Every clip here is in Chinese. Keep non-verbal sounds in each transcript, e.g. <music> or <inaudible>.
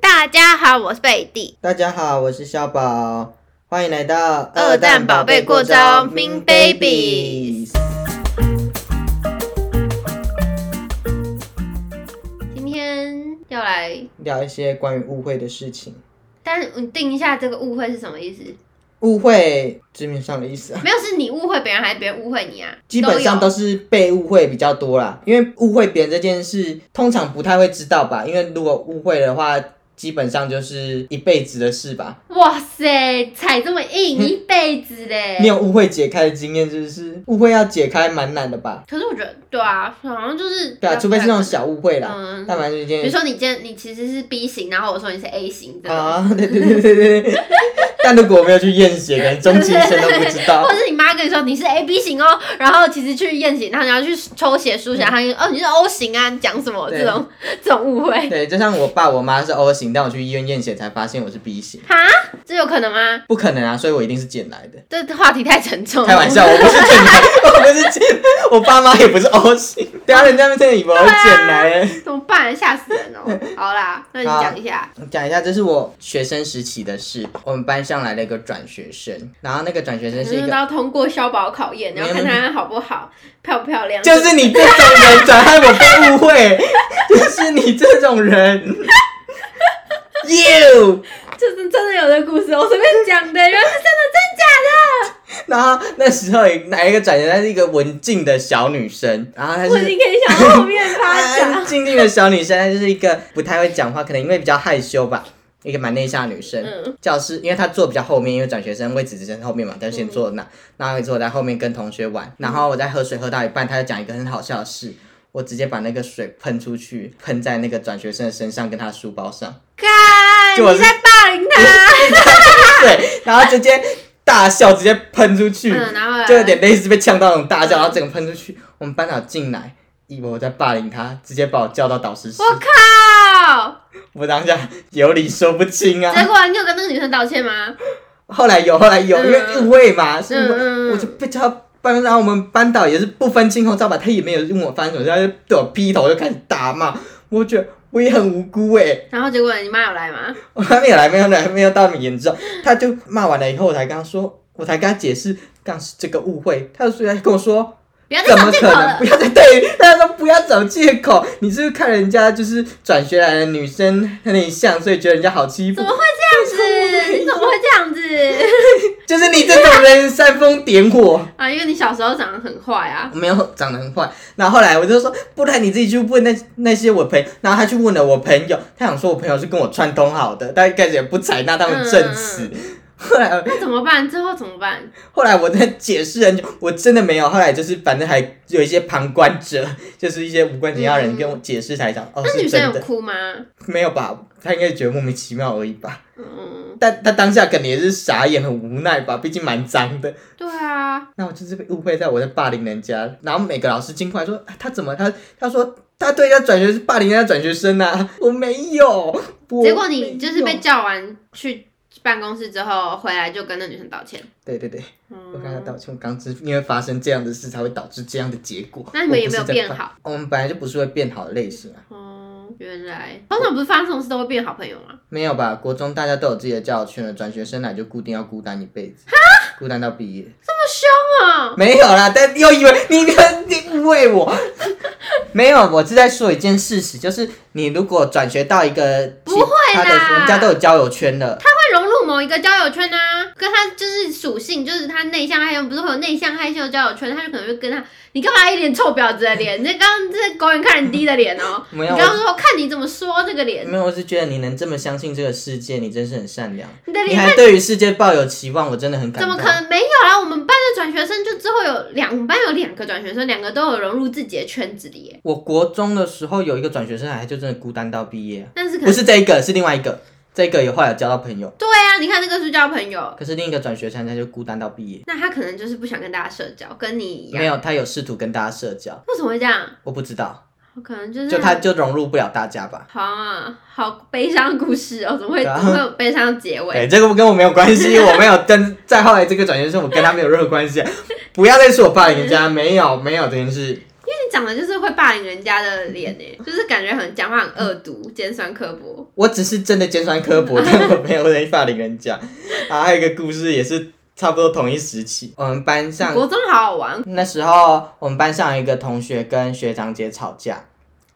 大家好，我是贝蒂。大家好，我是小宝，欢迎来到二蛋宝贝过招 Mean Babies。今天要来，聊一些关于误会的事情。但是你定一下这个误会是什么意思？误会字面上的意思啊，没有，是你误会别人还是别人误会你啊？基本上都都有是被误会比较多啦。因为误会别人这件事，通常不太会知道吧？因为如果误会的话，基本上就是一辈子的事吧。哇塞，踩这么硬，一辈子嘞你。有误会解开的经验，是不是？误会要解开蛮难的吧？可是我觉得，对啊，好像就是对啊，除非是那种，小误会啦，嗯，但凡是一比如件说你今天你其实是 B 型，然后我说你是 A 型这种，啊，对对对对对 <laughs> 对。但如果我没有去验血，可能终其一生都不知道 <laughs> 或。者是你妈跟你说你是 A B 型哦，然后其实去验血，然后你要去抽血输血，然后她就哦你是 O 型啊，你讲什么嗯对这种这种误会对，就像我爸我妈是 O 型，但我去医院验血才发现我是 B 型，哈，这有可能吗？不可能啊，所以我一定是捡来的。这话题太沉重了。开玩笑，我不是捡来， <laughs> 我不是捡，我爸妈也不是 O 型，对啊，人家真的以为我是捡来的。怎么办？吓死人 <laughs> 哦！好啦，那你好讲一下，讲一下，这是我学生时期的事。我们班上来了一个转学生，然后那个转学生就是一是个，要通过消保考验，你要看他好不好、漂不漂亮。就是你这种人转害我被误会，就是你这种人。You，就是真的有的故事，我随便讲 <laughs> 的，原来是真的，真假然后那时候来一个转学生是一个文静的小女生，然后她的。我是已经可以想到后面发安展 <laughs> 安。静静的小女生，她就是一个不太会讲话，可能因为比较害羞吧，一个蛮内向的女生。嗯教室，因为她坐比较后面，因为转学生位置只剩后面嘛，她就先坐那，然后一直我在后面跟同学玩，然后我在喝水喝到一半，她就讲一个很好笑的事，我直接把那个水喷出去，喷在那个转学生的身上跟他的书包上， <laughs> 干，就我你是在霸凌他。对，然后直接大笑，直接喷出去，嗯，然后嘞就有点类似被呛到那种大笑，然后整个喷出去，我们班长进来。以为我在霸凌他，直接把我叫到导师室我。靠！我当下有理说不清 <laughs> 啊。结果你有跟那个女生道歉吗？后来有，后来有，嗯因为误会嘛，是误会嗯嗯我就被叫到办公室，然后我们班导也是不分青红皂白，他也没有用我翻手，他就对我劈头就开始大骂，我觉得我也很无辜哎、然后结果你妈有来吗？我还没有来，没有来，没有到那么严重，他就骂完了以后，我才跟他说，我才跟他解释，刚是这个误会，他就虽然跟我说。不要再怎找么借可口能？了不。要再 <laughs> 对，他说不要找借口。你是不是看人家就是转学来的女生很像，所以觉得人家好欺负怎？么会这样子？你怎么会这样子？ <laughs> 就是你这种人煽风点火。 <laughs> 啊，因为你小时候长得很坏啊。我没有长得很坏。然后后来我就说，不然你自己去问那那些我朋友。然后他去问了我朋友，他想说我朋友是跟我串通好的，他一开始也不采纳他们证词。嗯 <laughs> 后来那怎么办？之后怎么办？后来我在解释很久，我真的没有。后来就是反正还有一些旁观者，就是一些无关紧要的人嗯跟我解释才想，哦那女是生真有的，哭吗？ <laughs> 没有吧？他应该觉得莫名其妙而已吧。嗯，但他当下肯定也是傻眼，很无奈吧，毕竟蛮脏的。对啊，那我就是被误会在我在霸凌人家，然后每个老师经过来说啊他怎么他他说他对人家转学是霸凌人家转学生啊， <laughs> 我没有，我结果你就是没被有叫完去办公室之后回来就跟那女生道歉。对对对，我跟他嗯，道歉，我刚知因为发生这样的事才会导致这样的结果。那你们有没有我不是在变霸好？我们本来就不是会变好的类型啊，哦，原来通常不是发生这种事都会变好朋友吗？没有吧？国中大家都有自己的交友圈了，转学生啊来就固定要孤单一辈子，孤单到毕业。这么凶哦！ <laughs> 没有啦，但又以为你你误会我。 <laughs> 没有，我是在说一件事实，就是你如果转学到一个不会啦他的人家都有交友圈了，他会融入某一个交友圈啊，跟他就是属性，就是他内向害羞，不是会有内向害羞的交友圈，他就可能会跟他，你干嘛一脸臭婊子的脸？你这刚刚这狗眼看人低的脸哦、 <laughs> 没你有刚我刚说看你怎么说这个脸，没有，我是觉得你能这么相信这个世界，你真是很善良。你的你脸还对于世界抱有期望，我真的很感怎动。么可能没有啦？我们班的转学生就之后有两，我们班有两个转学生，两个都有融入自己的圈子里耶，我国中的时候有一个转学生，还就真的孤单到毕业啊，但是可不能是这一个，是另外一个，这个有后来有交到朋友，对啊，你看那个是交朋友，可是另一个转学生他就孤单到毕业，那他可能就是不想跟大家社交，跟你一样，没有，他有试图跟大家社交，为什么会这样？我不知道，可能就是就他就融入不了大家吧。好啊，好悲伤的故事哦，怎么会、对啊怎么会有悲伤的结尾？对，这个跟我没有关系，我没有跟啊在后来这个转学生，我跟他没有任何关系。不要再说我霸凌人家，没有没有这件事。我你长得就是会霸凌人家的脸哎，就是感觉很讲话很恶毒、尖酸刻薄。我只是真的尖酸刻薄，但我没有在霸凌人家。啊，还有一个故事也是差不多同一时期，我们班上国中好好玩，那时候我们班上有一个同学跟学长姐吵架，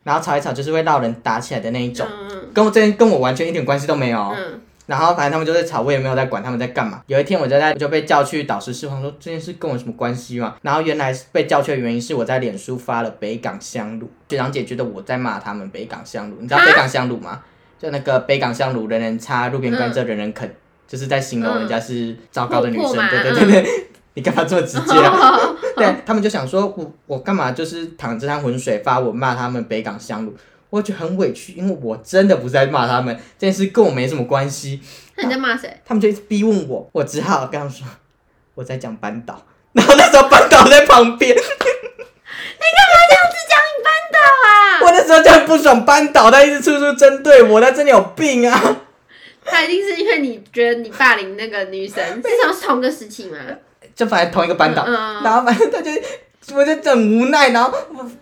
然后吵一吵就是会闹人打起来的那一种，嗯跟我这跟我完全一点关系都没有哦。嗯，然后反正他们就在吵，我也没有在管他们在干嘛。有一天我就在我就被叫去导师室，我想说这件事跟我有什么关系嘛？然后原来是被叫去的原因是我在脸书发了北港香炉，学长姐觉得我在骂他们北港香炉，你知道啊北港香炉吗？就那个北港香炉人人擦，路边甘蔗人人啃，就是在形容人家是糟糕的女生。嗯对对对对，你干嘛这么直接啊？对他们就想说，我我干嘛就是淌这滩浑水发我骂他们北港香炉，我觉得很委屈，因为我真的不是在骂他们，这件事跟我没什么关系。 <laughs> 那你在骂谁？他们就一直逼问我，我只好跟他们说我在讲班导，然后那时候班导在旁边，啊，我那时候就很不爽班导，他一直处处针对我，他真的有病啊！ <laughs> 他一定是因为你觉得你霸凌那个女生， <laughs> 是从同个时期吗？就反正同一个班导，嗯嗯嗯然后反正他就。我就很无奈，然后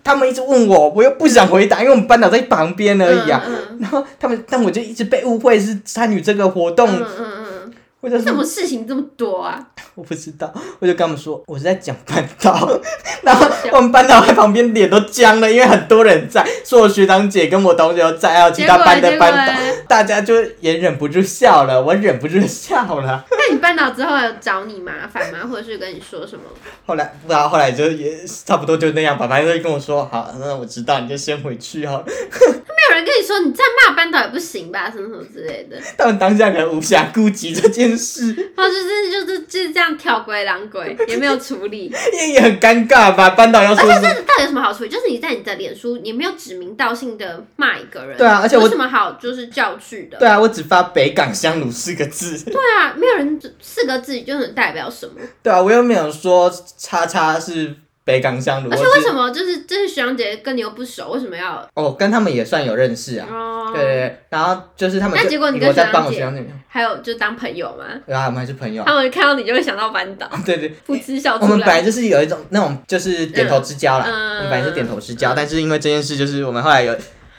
他们一直问我，我又不想回答，因为我们班导在旁边而已啊。嗯嗯然后他们，但我就一直被误会是参与这个活动，嗯嗯嗯或者嗯，是什么事情这么多啊？ <laughs> 我不知道，我就跟他们说我是在讲班导， <laughs> 然后我们班导在旁边脸都僵了，因为很多人在，是我学长姐跟我同学都在，还有其结他果班的结果班导，嘞，大家就也忍不住笑了，我忍不住笑了。那你班导之后有找你麻烦吗？或者是跟你说什么？后来，然后后来就也差不多就那样吧，反正就跟我说好，那我知道，你就先回去哈。没有人跟你说你再骂班导也不行吧，什么什么之类的， <laughs> 他们当下可能无暇顾及这件事，然后就是就是就是这样挑鬼狼 <laughs> 鬼，也没有处理。因为也很尴尬吧，班导要而说且什么这到底有什么好处理？就是你在你的脸书，你没有指名道姓的骂一个人，对啊而且我有什么好就是教训的？对啊，我只发北港香炉四个字。对啊，没有人四个字就能代表什么。 <laughs> 对啊，我又没有说叉叉是北港香炉，而且我为是什么就是这些学长姐跟你又不熟，为什么要？哦，跟他们也算有认识啊。哦对，对对，然后就是他们就，那结果你跟我在帮我学学长长姐，还有就当朋友嘛，然后啊我们还是朋友。他们看到你就会想到班导， <laughs> 对对，噗嗤笑我出们本来来。就是有一种那种就是点头之交啦，嗯我们本来是点头之交，但是因为这件事，就是我们后来有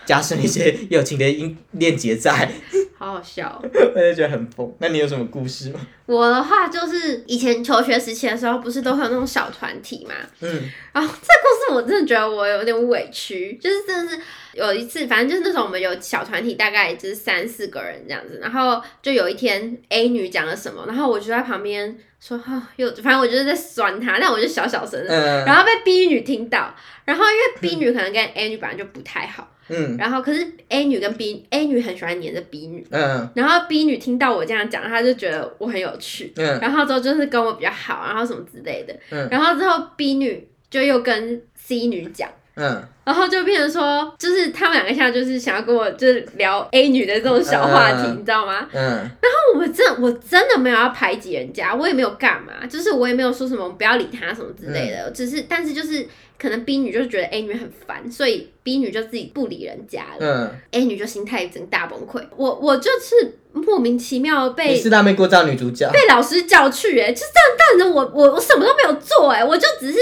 加深一些友情的因链结在， <laughs> 好好笑哦、我就觉得很疯。那你有什么故事吗？我的话就是以前求学时期的时候，不是都会有那种小团体嘛，嗯，然后这个故事我真的觉得我有点委屈，就是真的是有一次，反正就是那时候我们有小团体，大概就是三四个人这样子。然后就有一天 A 女讲了什么，然后我就在旁边说，哦、又反正我就是在酸她，但我就小小声的。嗯然后被 B 女听到，然后因为 B 女可能跟 A 女本来就不太好，嗯然后可是 A 女跟 B A 女很喜欢黏着 B 女，嗯然后 B 女听到我这样讲，她就觉得我很有趣，嗯然后之后就是跟我比较好，啊然后什么之类的。嗯然后之后 B 女就又跟 C 女讲，嗯，然后就变成说，就是他们两个现在就是想要跟我就是聊 A 女的这种小话题，嗯你知道吗？嗯那我真我真的没有要排挤人家，我也没有干嘛，就是我也没有说什么不要理她什么之类嗯的，只是但是就是可能 B 女就觉得 A 女很烦，所以 B 女就自己不理人家了、嗯， a 女就心态整个大崩溃。我我就是莫名其妙被你是大妹过招女主角，被老师叫去、欸，哎，就这样带着我，我我什么都没有做、欸，哎，我就只是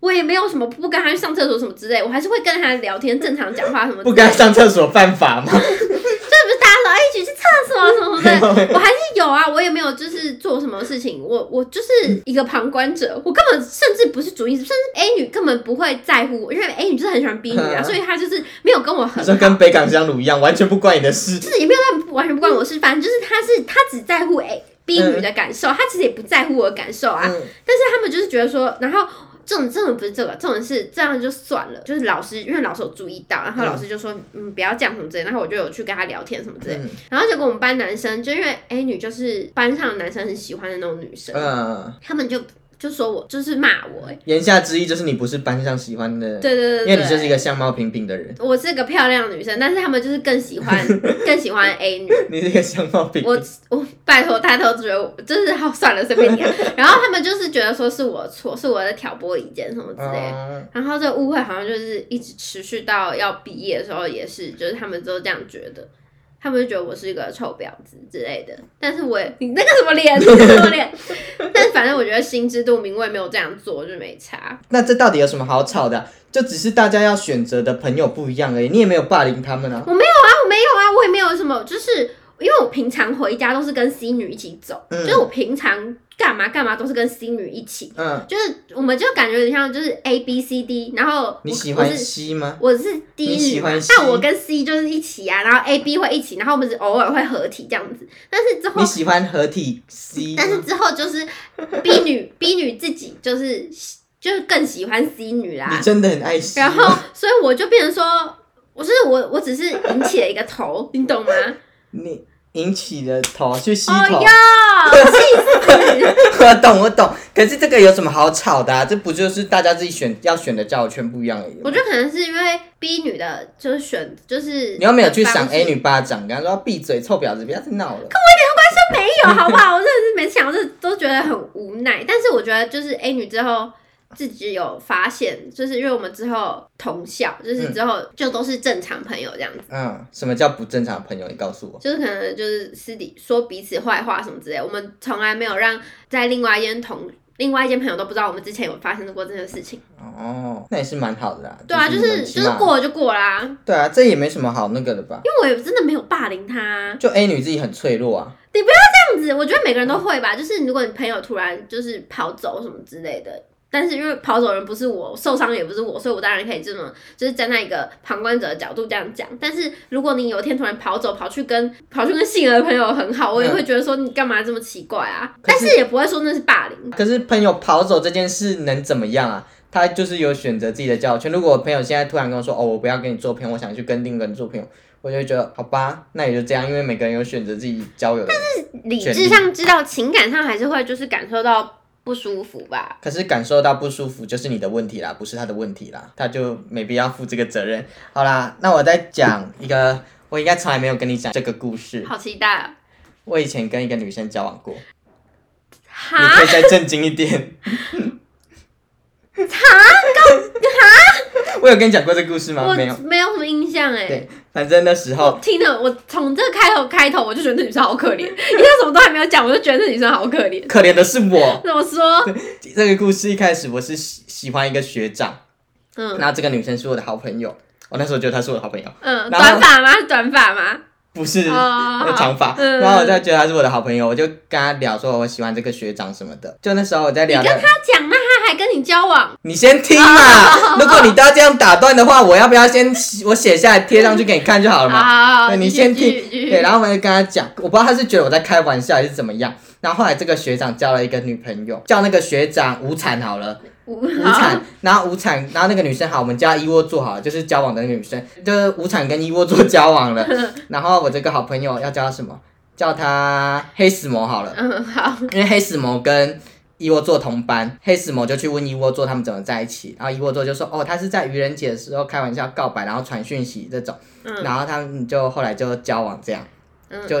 我也没有什么不跟他去上厕所什么之类，我还是会跟他聊天，正常讲话什么之类的。不该上厕所犯法吗？就是不是大家说哎一起去厕所啊什么什么 <laughs> 的，我还是有啊，我也没有就是做什么事情，我我就是一个旁观者，我根本甚至不是主意，甚至 A 女根本不会在乎我，因为 A 女就是很喜欢 B 女啊，嗯所以她就是没有跟我 <laughs> 很你说好。跟北港香炉一样，完全不关你的事。就是也没有到完全不关我事，反正就是她是她只在乎 A B 女的感受，她其实也不在乎我的感受啊。嗯但是他们就是觉得说，然后这种这种不是这个，这种是这样就算了，就是老师因为老师有注意到，然后老师就说嗯不要这样什么之类，然后我就有去跟他聊天什么之类，嗯然后结果我们班男生就因为 A 女就是班上男生很喜欢的那种女生，嗯，他们就就说我就是骂我、欸，言下之意就是你不是班上喜欢的，对对对因对，为你就是一个相貌平平的 <laughs> 人，我是个漂亮的女生，但是他们就是更喜 <laughs> 欢更喜欢 A 女，你是一个相貌平我平。我拜托大家都觉得我就是好算了随便 <laughs> 你啊，然后他们就是觉得说是我错，是我在挑拨离间什么之类的。嗯然后这个误会好像就是一直持续到要毕业的时候，也是，就是他们都这样觉得。他们就觉得我是一个臭婊子之类的。但是我也 <laughs> 你那个什么脸，那个什么脸？但是反正我觉得心知肚明，我也没有这样做，就没差。那这到底有什么好吵的啊、就只是大家要选择的朋友不一样而已，你也没有霸凌他们啊。啊，我没有啊，我也没有什么，就是因为我平常回家都是跟 C 女一起走，嗯就是我平常干嘛干嘛都是跟 C 女一起，嗯，就是我们就感觉有点像就是 A B C D，然后你我喜我欢是 C 吗？我是 D 你喜女嘛欢 C？，但我跟 C 就是一起啊，然后 A B 会一起，然后我们只偶尔会合体这样子。但是之后你，喜欢合体 C 但是吗？之后就是 B 女 B 女自己就是就是更喜欢 C 女啦你，真的很爱 C 然吗。后所以我就变成说，我是我我只是引起了一个 <laughs> 头，你懂吗？你引起了头去吸哦头。哟， <laughs> 气死！我 <laughs> 懂，我懂。可是这个有什么好吵的、啊？这不就是大家自己选要选的交友圈不一样而已我吗？觉得可能是因为 B 女的就是选就是你又没有去赏方式 A 女巴掌，跟她说闭嘴，臭婊子，不要再闹 <laughs> 了。没 <laughs> 有，好不好？我真的是每次想到这都觉得很无奈。但是我觉得就是 A 女之后自己有发现，就是因为我们之后同校，就是之后就都是正常朋友这样子。嗯，什么叫不正常的朋友？你告诉我。就是可能就是私底说彼此坏话什么之类，我们从来没有让在另外一间同另外一间朋友都不知道我们之前有发生过这个事情。哦，那也是蛮好的啦。 <laughs> 对啊，就你们是起就码是。过了就过啦，对啊，这也没什么好那个的吧？因为我也真的没有霸凌他啊、就 A 女自己很脆弱啊。这样子，我觉得每个人都会吧。就是如果你朋友突然就是跑走什么之类的，但是因为跑走的人不是我，受伤的也不是我，所以我当然可以这种就是站在一个旁观者的角度这样讲。但是如果你有一天突然跑走，跑去跟跑去跟性格的朋友很好，我也会觉得说你干嘛这么奇怪啊？可但是是也不会说那是霸凌。可是朋友跑走这件事能怎么样啊？他就是有选择自己的交友圈。如果我朋友现在突然跟我说：“哦，我不要跟你做朋友，我想去跟另一个人做朋友。”我就会觉得好吧，那也就这样，因为每个人有选择自己交友的。理智上知道，情感上还是会就是感受到不舒服吧。可是感受到不舒服就是你的问题啦，不是他的问题啦，他就没必要负这个责任。好啦，那我再讲一个，我应该从来没有跟你讲这个故事。好期待啊！我以前跟一个女生交往过，你哈可以再正经一点。 <laughs> 我有跟你讲过这个故事吗？我没有。没有什么印象哎、对，反正那时候我听了，我从这开头开头我就觉得那女生好可 <laughs> 怜，因为她什么都还没有讲，我就觉得那女生好可怜。可怜的是我。怎么 <laughs> 说？这个故事一开始我是喜喜欢一个学长，嗯那这个女生是我的好朋友，我那时候觉得她是我的好朋友，嗯，然后短发吗？是短发吗？不是哦那长发。嗯然后我就觉得她是我的好朋友，我就跟她聊说我喜欢这个学长什么的。就那时候我在你聊跟的，他讲，那他还跟你交往？你先 <laughs> 听嘛。如果你都要这样打断的话，我要不要先我写下来贴上去给你看就好了好嘛？好，好对，你继续先继听续，继续对，然后我就跟他讲，我不知道他是觉得我在开玩笑还是怎么样。然后后来这个学长交了一个女朋友，叫那个学长无产好了，无无好产，然后无产，然后那个女生好，我们叫她一窝做好了，就是交往的那个女生，就是无产跟一窝做交往 <laughs> 了。然后我这个好朋友要叫她什么？叫她黑死魔好了，嗯好，因为黑死魔跟一窝座同班，黑死魔就去问一窝座他们怎么在一起，然后一窝座就说哦，他是在愚人节的时候开玩笑告白，然后传讯息这种，嗯然后他们就后来就交往这样，就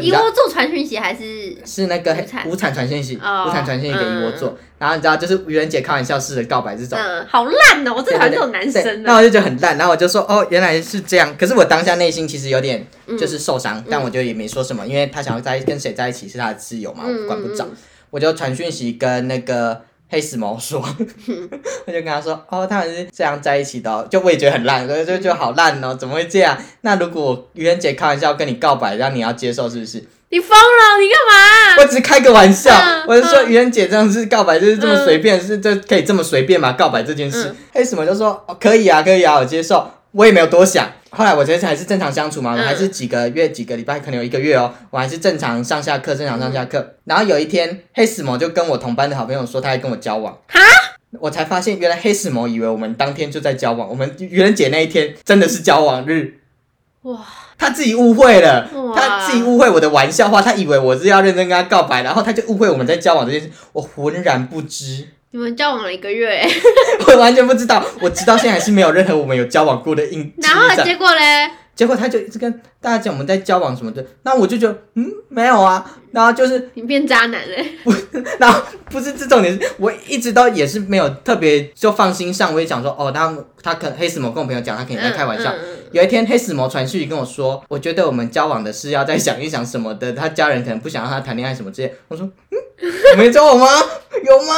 嗯，你一知道窝做传讯息还是是那个黑无产无产传讯息，哦无产传讯息给一窝座，然后你知道就是愚人节开玩笑式的告白这种。嗯好烂哦！我最讨厌这种男对生哦那了。我就觉得很烂，然后我就说哦，原来是这样。可是我当下内心其实有点嗯就是受伤，但我就也没说什么，因为他想要在跟谁在一起是他的自由嘛，我管不着。嗯嗯我就传讯息跟那个黑死毛说， <laughs> 我就跟他说哦，他们是这样在一起的哦、就我也觉得很烂，就就就好烂哦，怎么会这样？那如果我愚人节开玩笑跟你告白，让你要接受是不是？你疯了！你干嘛？ <laughs> 我只是开个玩笑，嗯我是说愚人节这样是告白就是这么随便，是这可以这么随便吗？告白这件事嗯，黑什么就说哦可以啊，可以啊，我接受，我也没有多想。后来我觉得还是正常相处嘛，我嗯还是几个月、几个礼拜，可能有一个月哦，我还是正常上下课，正常上下嗯课。然后有一天，黑死魔就跟我同班的好朋友说，他要跟我交往。哈，我才发现原来黑死魔以为我们当天就在交往，我们愚人节那一天真的是交往日。哇他自己误会了哇，他自己误会我的玩笑话，他以为我是要认真跟他告白，然后他就误会我们在交往这件事，我浑然不知， <laughs> 你们交往了一个月，欸我完全不知道，我直到现在还是没有任何我们有交往过的印记然后在结果嘞？结果他就一直跟大家讲我们在交往什么的，那我就觉得嗯没有啊，然后就是你变渣男了，然后不是这重点是，我一直都也是没有特别就放心上，我也讲说哦，他们他可能黑死魔跟我朋友讲，他可能在开玩笑。嗯嗯嗯有一天黑死魔传讯息跟我说，我觉得我们交往的事要再想一想什么的，他家人可能不想让他谈恋爱什么之类。我说嗯，我没交往吗？ <laughs> 有吗？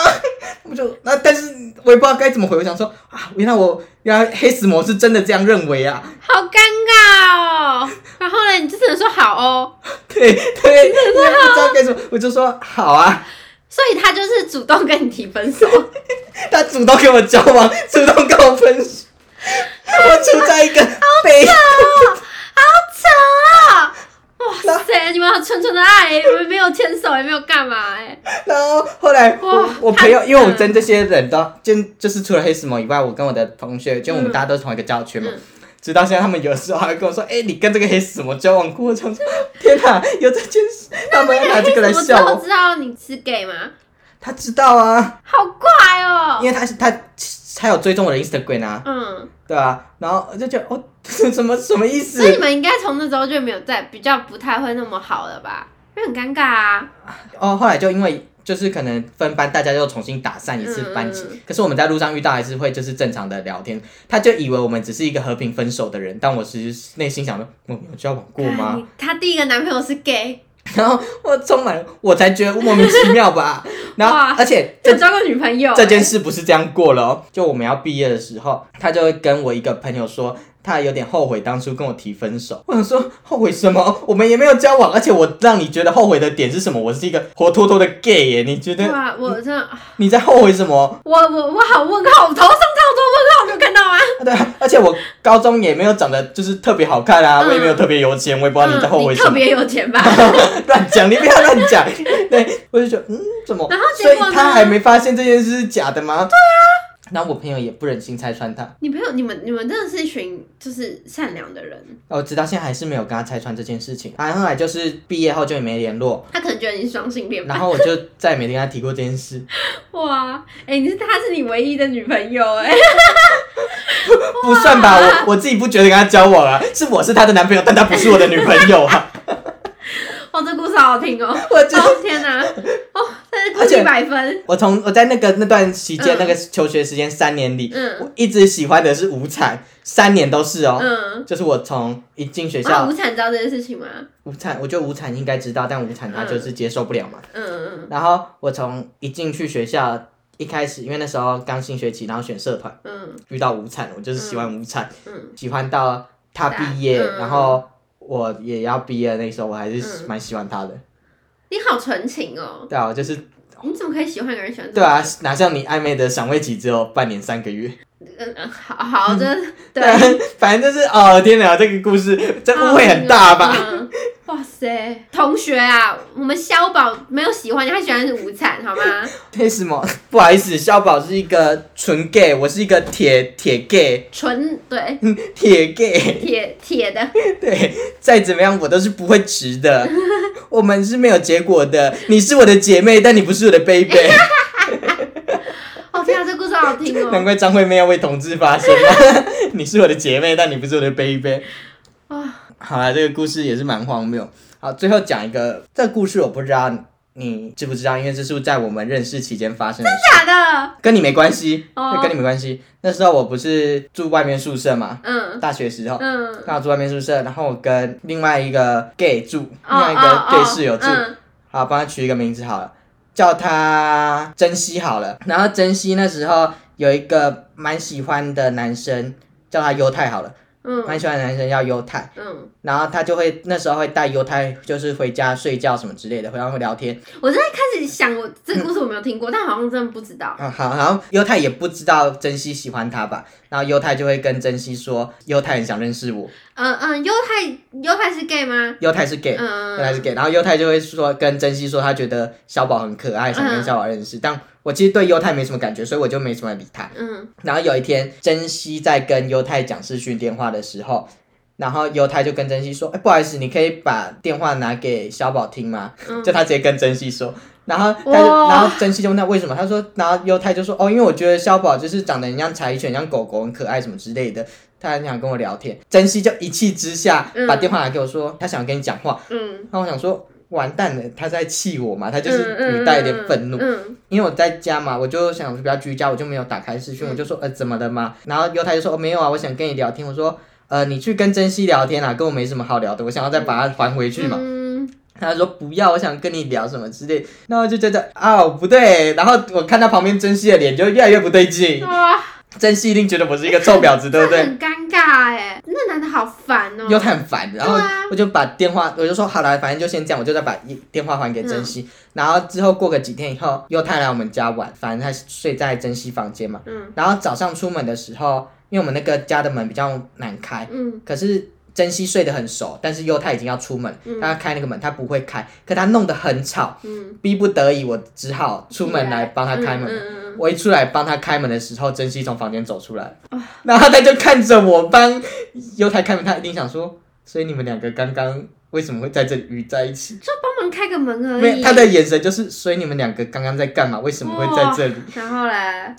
我就那但是我也不知道该怎么回，我想说啊，原来我原来黑死魔是真的这样认为啊，好尴尬哦。然后呢，你就只能说好哦，对对，我也不知道该怎么，我就说好啊。所以他就是主动跟你提分 <laughs> 手，他主动跟我交往，主动跟我分手， <laughs> 我处在一个被好扯啊！哇塞，你们好纯纯的爱，你们没有牵手，也没有干嘛哎。然后后来我哇我朋友，太因为我跟这些人都就就是除了黑石魔以外，我跟我的同学，就我们嗯大家都是同一个教区嘛。嗯直到现在，他们有时候还会跟我说：“哎、你跟这个黑石魔交往过？”我想说：“天哪，有这件事！”他们要拿这个来我之笑哦后 <laughs> 我。知道你是 gay 吗？他知道啊，好怪哦因。为他是他他有追踪我的 Instagram 啊，嗯，对啊，然后我就觉得哦， <laughs> 什么什么意思所？以你们应该从那时候就没有再比较不太会那么好了吧？因为很尴尬啊。哦，后来就因为就是可能分班，大家又重新打散一次班级。嗯嗯嗯可是我们在路上遇到还是会就是正常的聊天，他就以为我们只是一个和平分手的人，但我其实内心想说，我们有交往过吗？哎她第一个男朋友是 gay，然后我充满，我才觉得莫名其妙 <laughs> 吧。然后哇哎而且这有交过女朋友、这件事不是这样过了哦，就我们要毕业的时候，他就会跟我一个朋友说，他有点后悔当初跟我提分手。我想说后悔什么？我们也没有交往，而且我让你觉得后悔的点是什么？我是一个活脱脱的 gay 耶，你觉哎。得哇，我真的，你在后悔什么？ <laughs> 我我我好问号，我头上超多问号，你有看到吗？对啊，而且我高中也没有长得就是特别好看啊，嗯我也没有特别有钱，我也不知道你在后悔嗯什特么。别有钱吧？ <laughs> <laughs> 乱讲，你不要乱讲。 <laughs> 对，我就觉得嗯，怎么？然后结所以果呢他还没发现这件事是假的吗？对啊。然后我朋友也不忍心拆穿他，你朋友，你们你们真的是一群就是善良的人，我哦直到现在还是没有跟他拆穿这件事情。然后后来就是毕业后就也没 <laughs> 联络，他可能觉得你是双性恋吧？然后我就再也没跟他提过这 <laughs> 件事。哇，哎、你是她是你唯一的女朋友哎、 <laughs> 不算吧，我我自己不觉得跟他交往啊，是我是他的男朋友，但他不是我的女朋 <laughs> 友啊。哦，这故事好好听 <laughs> 哦！我觉得哦天哪，哦，但是故而且事一百分，我从我在那个那段期间，嗯那个求学时间三年里，嗯我一直喜欢的是无产，三年都是哦。嗯。就是我从一进学啊，校，无产知道这件事情吗？无产，我觉得无产应该知道，但无产他就是接受不了嘛。嗯然后我从一进去学校，一开始因为那时候刚新学期，然后选社团，嗯嗯遇到无产，我就是喜欢无产，嗯，喜欢到他毕业，嗯然后我也要毕业的那时候，我还是嗯蛮喜欢他的。你好纯情哦！对啊，我就是你怎么可以喜欢一个人喜欢这对么？啊，哪像你暧昧的赏味期只有半年三个月。嗯嗯，好好 <laughs> 的，对，对， <laughs> 反正就是哦，天哪，这个故事这误会很大吧？嗯？嗯哇塞，同学啊，我们肖宝没有喜欢你，他喜欢的是无产，好吗？ <laughs> 为什么？不好意思，小宝是一个纯 gay，我是一个铁铁 gay， <laughs> 纯对，铁 gay。 <laughs> 铁铁的，对，再怎么样我都是不会直的， <laughs> 我们是没有结果的。你是我的姐妹，但你不是我的 baby。哦天啊，这故事好好听难哦！怪张惠妹要为同志发声。啊 <laughs> 你是我的姐妹，但你不是我的 baby。哇，好了，这个故事也是蛮荒谬。好，最后讲一个，这个故事我不知道你知不知道，因为这是在我们认识期间发生的事，假的，跟你没关系，哦这跟你没关系。那时候我不是住外面宿舍嘛，嗯大学时候。嗯，刚好住外面宿舍，然后我跟另外一个 gay 住，另哦外一个哦 gay 哦室友住，嗯好，帮他取一个名字好了，叫他珍惜好了。然后珍惜那时候有一个蛮喜欢的男生，叫他犹太好了，嗯蛮喜欢的男生叫犹太。嗯，然后他就会那时候会带犹太，就是回家睡觉什么之类的，然后会聊天。我真的开始想，我这个故事我没有听过，但好像真的不知道。嗯，好，然后犹太也不知道珍惜喜欢他吧，然后犹太就会跟珍惜说，犹太很想认识我，嗯嗯，犹太犹太是 gay 吗？犹太是 gay，、嗯，本来是给，然后犹太就会说跟珍惜说他觉得小宝很可爱，想跟嗯小宝认识。但我其实对犹太没什么感觉，所以我就没什么理他。嗯然后有一天，珍惜在跟犹太讲视讯电话的时候，然后犹太就跟珍惜说：“哎、不好意思，你可以把电话拿给小宝听吗？”嗯就他直接跟珍惜说。然后，但是，哇然后珍惜就问他为什么，他说，然后犹太就说，哦，因为我觉得小宝就是长得很像柴犬，像狗狗，很可爱什么之类的，他很想跟我聊天。珍惜就一气之下嗯把电话拿给我说，他想跟你讲话。嗯，然后我想说，完蛋了，他在气我嘛，他就嗯嗯是语带一点愤怒。嗯，因为我在家嘛，我就想比较居家，我就没有打开视讯，嗯我就说呃怎么了嘛，然后犹太就说哦没有啊，我想跟你聊天，我说呃你去跟珍惜聊天啊，跟我没什么好聊的，我想要再把它还回去嘛，嗯他说不要，我想跟你聊什么之类，那我就觉得啊、不对，然后我看到旁边珍惜的脸就越来越不对 <laughs> 劲，哇，珍惜一定觉得我是一个臭婊子，对不 <laughs> 对？很尴尬哎，那男的好烦哦。又太烦，然后对啊嗯我就把电话，我就说好了，反正就先这样，我就再把一电话还给珍惜。然后之后过个几天以后，又太来我们家玩，反正他睡在珍惜房间嘛。嗯然后早上出门的时候，因为我们那个家的门比较难开，嗯可是珍惜睡得很熟，但是又太已经要出门，他要开那个门，他不会开，可他弄得很吵，嗯，逼不得已，我只好出门来帮他开门。嗯嗯我一出来帮他开门的时候，珍惜从房间走出来，啊然后他就看着我帮犹太开门，他一定想说，所以你们两个刚刚为什么会在这里遇在一起？嗯，就帮忙开个门而没有，已。他的眼神就是，所以你们两个刚刚在干嘛？为什么会在这里？然后嘞，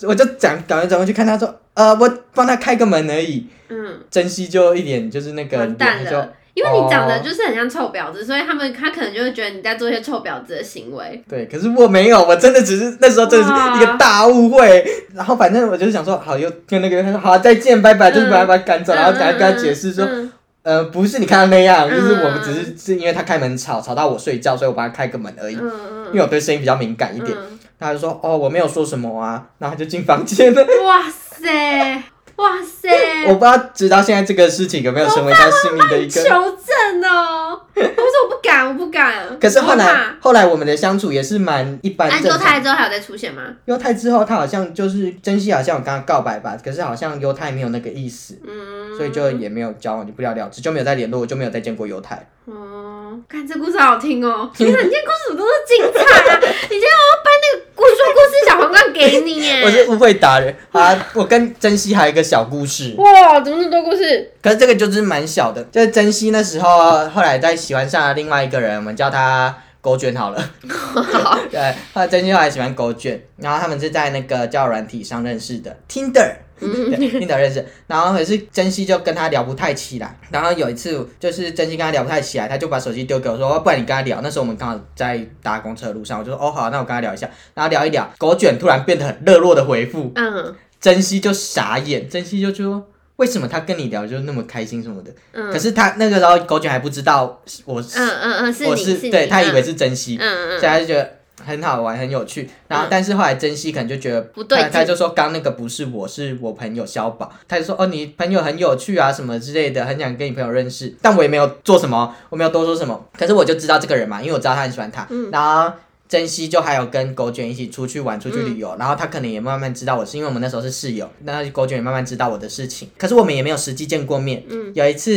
我就讲，赶快转过去看他说，呃，我帮他开个门而已。嗯，珍惜就一脸就是那个完蛋脸就了。因为你长得哦就是很像臭婊子，所以他们他可能就会觉得你在做一些臭婊子的行为。对，可是我没有，我真的只是那时候真的哇是一个大误会。然后反正我就是想说，好，又跟那个人说好再见，拜拜，就是嗯把他把他赶走，然后嗯赶快跟他解释说，嗯呃，不是你看到那样，嗯就是我们只是是因为他开门吵吵到我睡觉，所以我帮他开个门而已。嗯嗯因为我对声音比较敏感一点，嗯他就说哦我没有说什么啊，然后他就进房 <laughs> 间了。哇塞，哇塞，我不知道直到现在这个事情有没有成为他心里的一个。求证哦。 <laughs> 我说我不敢，我不敢。可是后我会来怕，啊后来我们的相处也是蛮一般安正多常。泰之后还有再出现吗？犹太之后，他好像就是珍惜，好像有跟他告白吧，可是好像犹太没有那个意思，嗯，所以就也没有交往，就不了了之，就没有再联络，我就没有再见过犹太。哦，看这故事好好听哦！天哪，你今天故事怎么都是精彩啊！ <laughs> 你今天我要颁那个故说故事小皇冠给你耶！我是误会达人啊！我跟珍惜还有一个小故事，哇，怎么那么多故事？ <laughs> 可是这个就是蛮小的，就是珍惜那时候，后来在喜欢上了另外一个人，我们叫他狗卷好了。啊 <laughs> 对，后来珍惜后来喜欢狗卷，然后他们是在那个叫软体上认识的，Tinder。对，Tinder 嗯 <laughs> 认识，然后可是珍惜就跟他聊不太起来，然后有一次就是珍惜跟他聊不太起来，他就把手机丢给我说，哦不然你跟他聊。那时候我们刚好在搭公车的路上，我就说哦好啊，那我跟他聊一下，然后聊一聊，狗卷突然变得很热络的回复， <laughs> 嗯珍惜就傻眼，珍惜就说为什么他跟你聊就那么开心什么的，嗯可是他那个时候狗卷还不知道我嗯嗯嗯，是我你啊是你，对他以为嗯是珍惜，嗯所以嗯，他就觉得。很好玩，很有趣。然后嗯，但是后来珍惜可能就觉得不对他劲他就说刚那个不是我，是我朋友小宝。他就说哦，你朋友很有趣啊，什么之类的，很想跟你朋友认识。但我也没有做什么，我没有多说什么。可是我就知道这个人嘛，因为我知道他很喜欢他。嗯然后珍惜就还有跟狗卷一起出去玩、出去旅游，然后他可能也慢慢知道我是因为我们那时候是室友，那狗卷也慢慢知道我的事情。可是我们也没有实际见过面。嗯，有一次。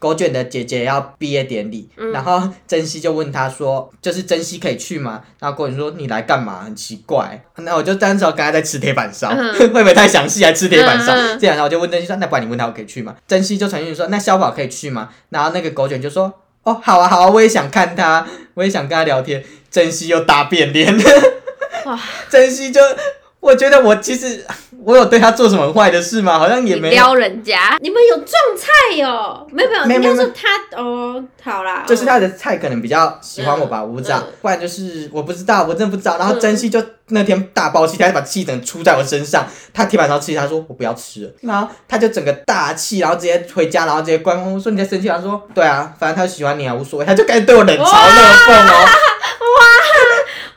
狗卷的姐姐要毕业典礼，嗯然后珍惜就问他说：“就是珍惜可以去吗？”然后狗卷说：“你来干嘛？很奇怪。”那我就当时我刚才在吃铁板烧， <laughs> 会不会太详细？啊还吃铁板烧？嗯嗯嗯这样，然后我就问珍惜说：“那不然你问他我可以去吗？”珍惜就传讯说：“那小宝可以去吗？”然后那个狗卷就说：“哦，好啊，好啊，我也想看他，我也想跟他聊天。”珍惜又大变脸，哇！珍惜就我觉得我其实我有对他做什么坏的事吗？好像也你没有，撩人家，你们有撞菜哟？没有没有，没应有没有该说他哦，好啦，就是嗯他的菜可能比较喜欢我吧，我不知道，不然就是我不知道，我真的不知道。然后珍惜就那天大爆气，他就把气整个出在我身上，他铁板烧气，他说我不要吃了，然后他就整个大气，然后直接回家，然后直接关门。我说你在生气，他说对啊，反正他喜欢你啊，无所谓，他就开始对我冷嘲热讽哦。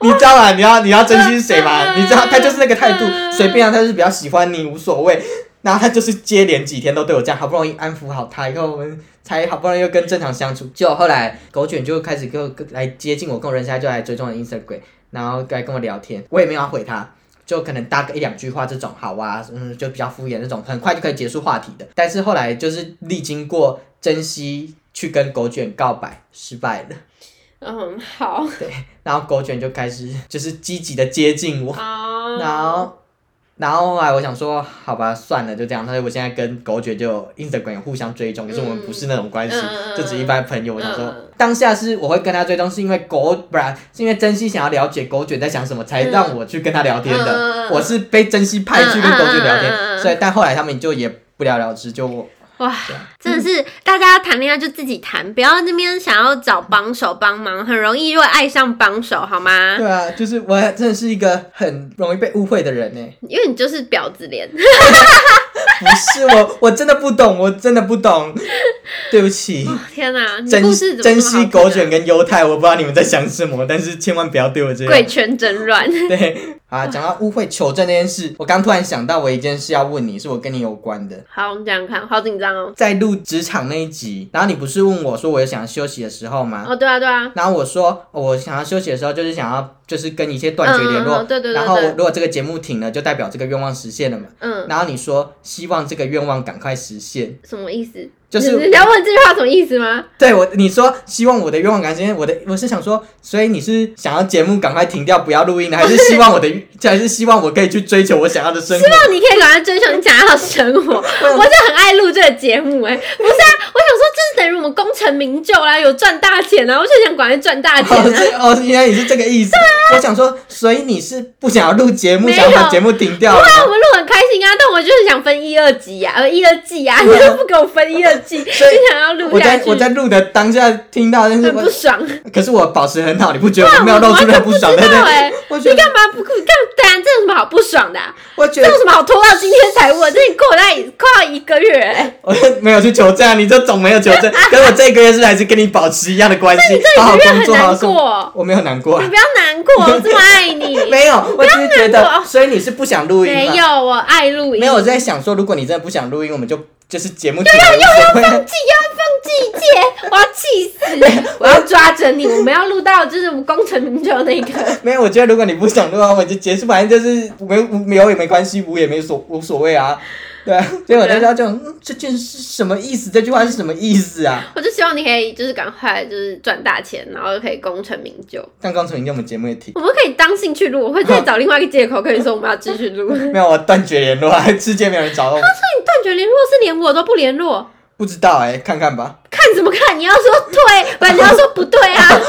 你知道吗？你要你要珍惜谁吗？嗯你知道他就是那个态度，嗯随便啊，他就是比较喜欢你，无所谓。然后他就是接连几天都对我这样，好不容易安抚好他以后，我们才好不容易又跟正常相处。就后来狗卷就开始跟我跟来接近我，跟我认识，他就来追踪我的 Instagram，然后来跟我聊天，我也没有要回他。就可能搭个一两句话这种，好啊，嗯，就比较敷衍那种，很快就可以结束话题的。但是后来就是历经过珍惜去跟狗卷告白失败了，嗯好然后狗卷就开始就是积极的接近我，哦，然后然后后来我想说，好吧，算了，就这样。所以我现在跟狗姐就有 Instagram 有互相追踪，可是我们不是那种关系，嗯就只一般朋友。我想说，嗯当下是我会跟他追踪，是因为狗，不然是因为珍惜想要了解狗卷在想什么，才让我去跟他聊天的。嗯嗯嗯嗯我是被珍惜派去跟狗卷聊天，嗯嗯嗯嗯嗯所以但后来他们就也不了了之，就我哇对啊，真的是大家谈恋爱就自己谈，不要那边想要找帮手帮忙，很容易会爱上帮手，好吗？对啊，就是我真的是一个很容易被误会的人呢、欸因为你就是婊子 <laughs> 脸，不是我，我真的不懂，我真的不懂， <laughs> 对不起。天哪、 <laughs> 你珍故事怎么珍这么好惜听啊狗卷跟犹太，我不知道你们在想什么，但 <laughs> 是千万不要对我这样。贵圈真乱， <laughs> 对啊，讲到误会求证这件事，我刚突然想到我一件事要问你，是我跟你有关的。好，我们讲讲看，好紧张哦。在录职场那一集，然后你不是问我说我有想休息的时候吗？哦，对啊，对啊，然后我说哦我想要休息的时候，就是想要就是跟一切断绝联络。嗯嗯嗯对对对然后我对如果这个节目停了，就代表这个愿望实现了嘛。嗯，然后你说希望这个愿望赶快实现，什么意思？就是你你要问这句话什么意思吗？对我你说希望我的愿望赶快实现，我的我是想说，所以你是想要节目赶快停掉不要录音的，还是希望我的还是希望我可以去追求我想要的生活？那你可以赶快追求你想要的生 <laughs> 活。我就很爱录这个节目、哎，不是啊，我想说，这是等于我们功成名就啦，有赚大钱啊，我就想赶快赚大钱哦，啊。是哦，原来你是这个意思。我想说，所以你是不想要录节目，没有想要把节目停掉了不然吗？我们录很开心啊，但我就是想分一二集呀、呃，一二季 <laughs> 呀、啊，你都不给我分一二季，就所以想要录我下在去，我在录的当下听到，但是很我不爽。可是我保持很好，你不觉得我然没有露出任何不爽？我对完全不知不道对？哎、我觉你得干嘛不顾？干当然，这有什么好不爽的、啊？我这觉得有什么好拖到今天才问？这你过了大概快要一个月、哎，我没有去求证，啊你这总没有求 <laughs> 证。可是我这个月是还是跟你保持一样的关系，好好你这工个作，月很好好难生活。过，我没有难过你，不要难过，我这么爱你。 <laughs> 没有，我只是觉不要难得，过所以你是不想录音没吗？有，我爱录音。没有，我在想说，如果你真的不想录音，我们就就是节目停了，无季要所谓放季节，我要气死！我要抓着你，我们要录到就是我们功成名就的那 <laughs> 个。没有，我觉得如果你不想录的话，我就结束，反正就是没无没有也没关系，无也没所无所谓啊。对啊，所以我在家就、嗯、这件事什么意思？这句话是什么意思啊？我就希望你可以就是赶快就是赚大钱，然后可以功成名就。但刚从你跟我们节目也提，我们可以当兴趣录，我会再找另外一个借口跟你说我们要继续录。断没有，我断绝联络，啊，之前没有人找到我，绝联络是连我都不联络，不知道哎、看看吧。 <laughs> 看什么看？你要说对，不然你要说不对 <laughs> 啊！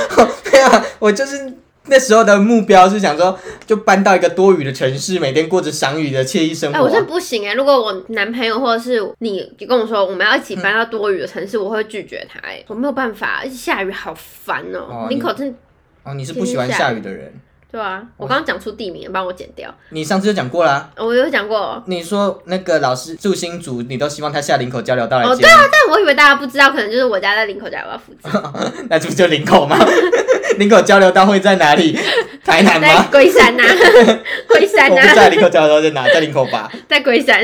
没有，我就是那时候的目标是想说，就搬到一个多雨的城市，每天过着赏雨的惬意生哎、活、啊我真的不行哎、如果我男朋友或者是你跟我说我们要一起搬到多雨的城市，我会拒绝他哎、我没有办法，而且下雨好烦哦、哦林你口真哦，你是不喜欢下雨的人，对啊，哦我刚刚讲出地名，帮我剪掉。你上次就讲过啦、我有讲过，你说那个老师住新竹，你都希望他下林口交流道来哦接对你。但我以为大家不知道，可能就是我家在林口家我 <laughs> 附近，那这不就林口吗？ <laughs> 林口交流道会在哪里？台南在吗？龟山 <laughs> 呐、龟山我不知呐、道林口交流道在哪，在林口吧。在龟 <laughs> 山。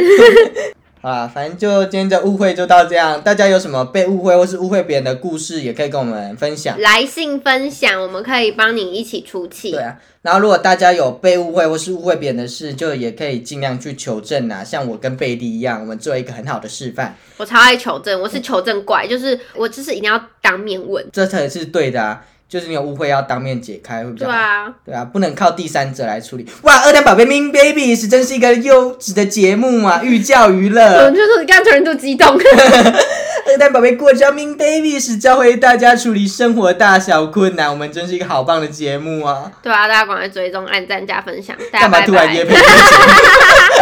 好啦，反正就今天的误会就到这样。大家有什么被误会或是误会别人的故事，也可以跟我们分享。来信分享，我们可以帮你一起出气对。啊，然后如果大家有被误会或是误会别人的事，就也可以尽量去求证啊。像我跟贝利一样，我们做一个很好的示范，我超爱求证，我是求证怪，就是我就是一定要当面问。这才是对的啊。就是你有误会要当面解开，会比较对好。啊，对啊，不能靠第三者来处理。哇，二两宝贝 Min Baby 是真是一个优质的节目啊，寓教于乐。我就说你刚刚突然都激 <laughs> 动，二蛋宝贝过招 Min Baby 是教会大家处理生活大小困难，我们真是一个好棒的节目啊！对啊，大家赶快追踪、按赞、加分享，大家干嘛拜突然拜约。配这个节目？